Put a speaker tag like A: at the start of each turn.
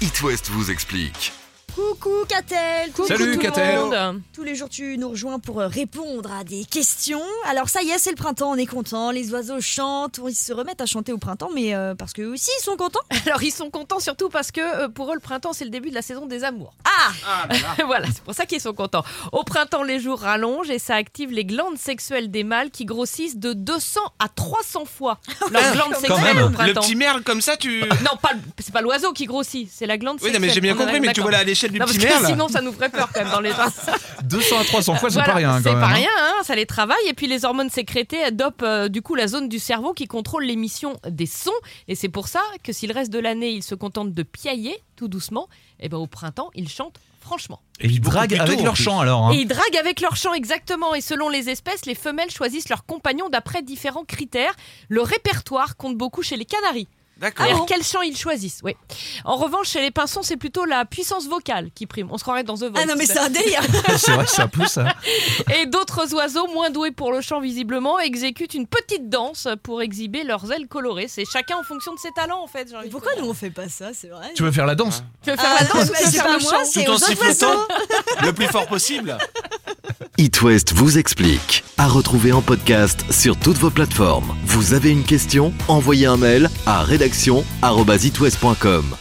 A: It West vous explique.
B: Coucou Catel
C: Salut, Catel.
B: Tous les jours tu nous rejoins pour euh, répondre à des questions. Alors ça y est, c'est le printemps, on est content, les oiseaux chantent, ils se remettent à chanter au printemps, mais euh, parce qu'eux aussi ils sont contents. Ah!
D: Alors ils sont contents surtout parce que euh, pour eux le printemps c'est le début de la saison des amours.
B: Ah
D: voilà, c'est pour ça qu'ils sont contents. Au printemps les jours rallongent et ça active les glandes sexuelles des mâles qui grossissent de 200 à 300 fois
E: Ah
D: leurs glandes sexuelles
C: même.
D: au
E: Le
D: printemps.
E: petit merle comme ça, tu.
D: Non, pas le- c'est pas l'oiseau qui grossit, c'est la glande
E: Oui,
D: sexuelle.
E: non, mais j'ai bien
D: On est
E: compris, mais tu
D: d'accord.
E: vois là à l'échelle du
D: Non,
E: petit
D: parce que
E: merle.
D: sinon ça nous ferait peur quand même dans les
C: 200 à 300 fois, c'est
D: Voilà,
C: pas rien quand
D: C'est
C: même.
D: pas
C: hein.
D: rien, hein, ça les travaille. Et puis les hormones sécrétées elles dopent euh, du coup la zone du cerveau qui contrôle l'émission des sons. Et c'est pour ça que si le reste de l'année ils se contentent de piailler tout doucement, et ben au printemps ils chantent franchement.
C: Et ils draguent
E: plus tôt,
C: avec
E: en
C: leur
E: plus.
C: chant alors. hein.
D: Et ils draguent avec leur chant exactement. Et selon les espèces, les femelles choisissent leurs compagnons d'après différents critères. Le répertoire compte beaucoup chez les canaris.
C: Ah
E: D'accord.
D: Alors quel chant ils choisissent. Oui. En revanche chez les pinsons c'est plutôt la puissance vocale qui prime. On se croirait dans The Voice.
B: Ah non mais c'est un délire
C: C'est vrai, ça pousse. hein. ça.
D: Et d'autres oiseaux, moins doués pour le chant visiblement, exécutent une petite danse pour exhiber leurs ailes colorées. C'est chacun en fonction de ses talents en fait. j'ai envie
B: Mais
D: de
B: Pourquoi
D: te
B: nous
D: dire.
B: on fait pas ça, c'est vrai
C: Tu veux faire la danse
D: Tu veux faire
B: Ah,
D: la danse ou tu veux
B: c'est
D: faire
B: pas
D: le
B: moi,
D: chant
B: c'est
E: Tout
B: aux
E: en
B: autres oiseaux
E: sifflotant le plus fort possible.
A: It West vous explique. À retrouver en podcast sur toutes vos plateformes. Vous avez une question Envoyez un mail à rédaction@itwest.com.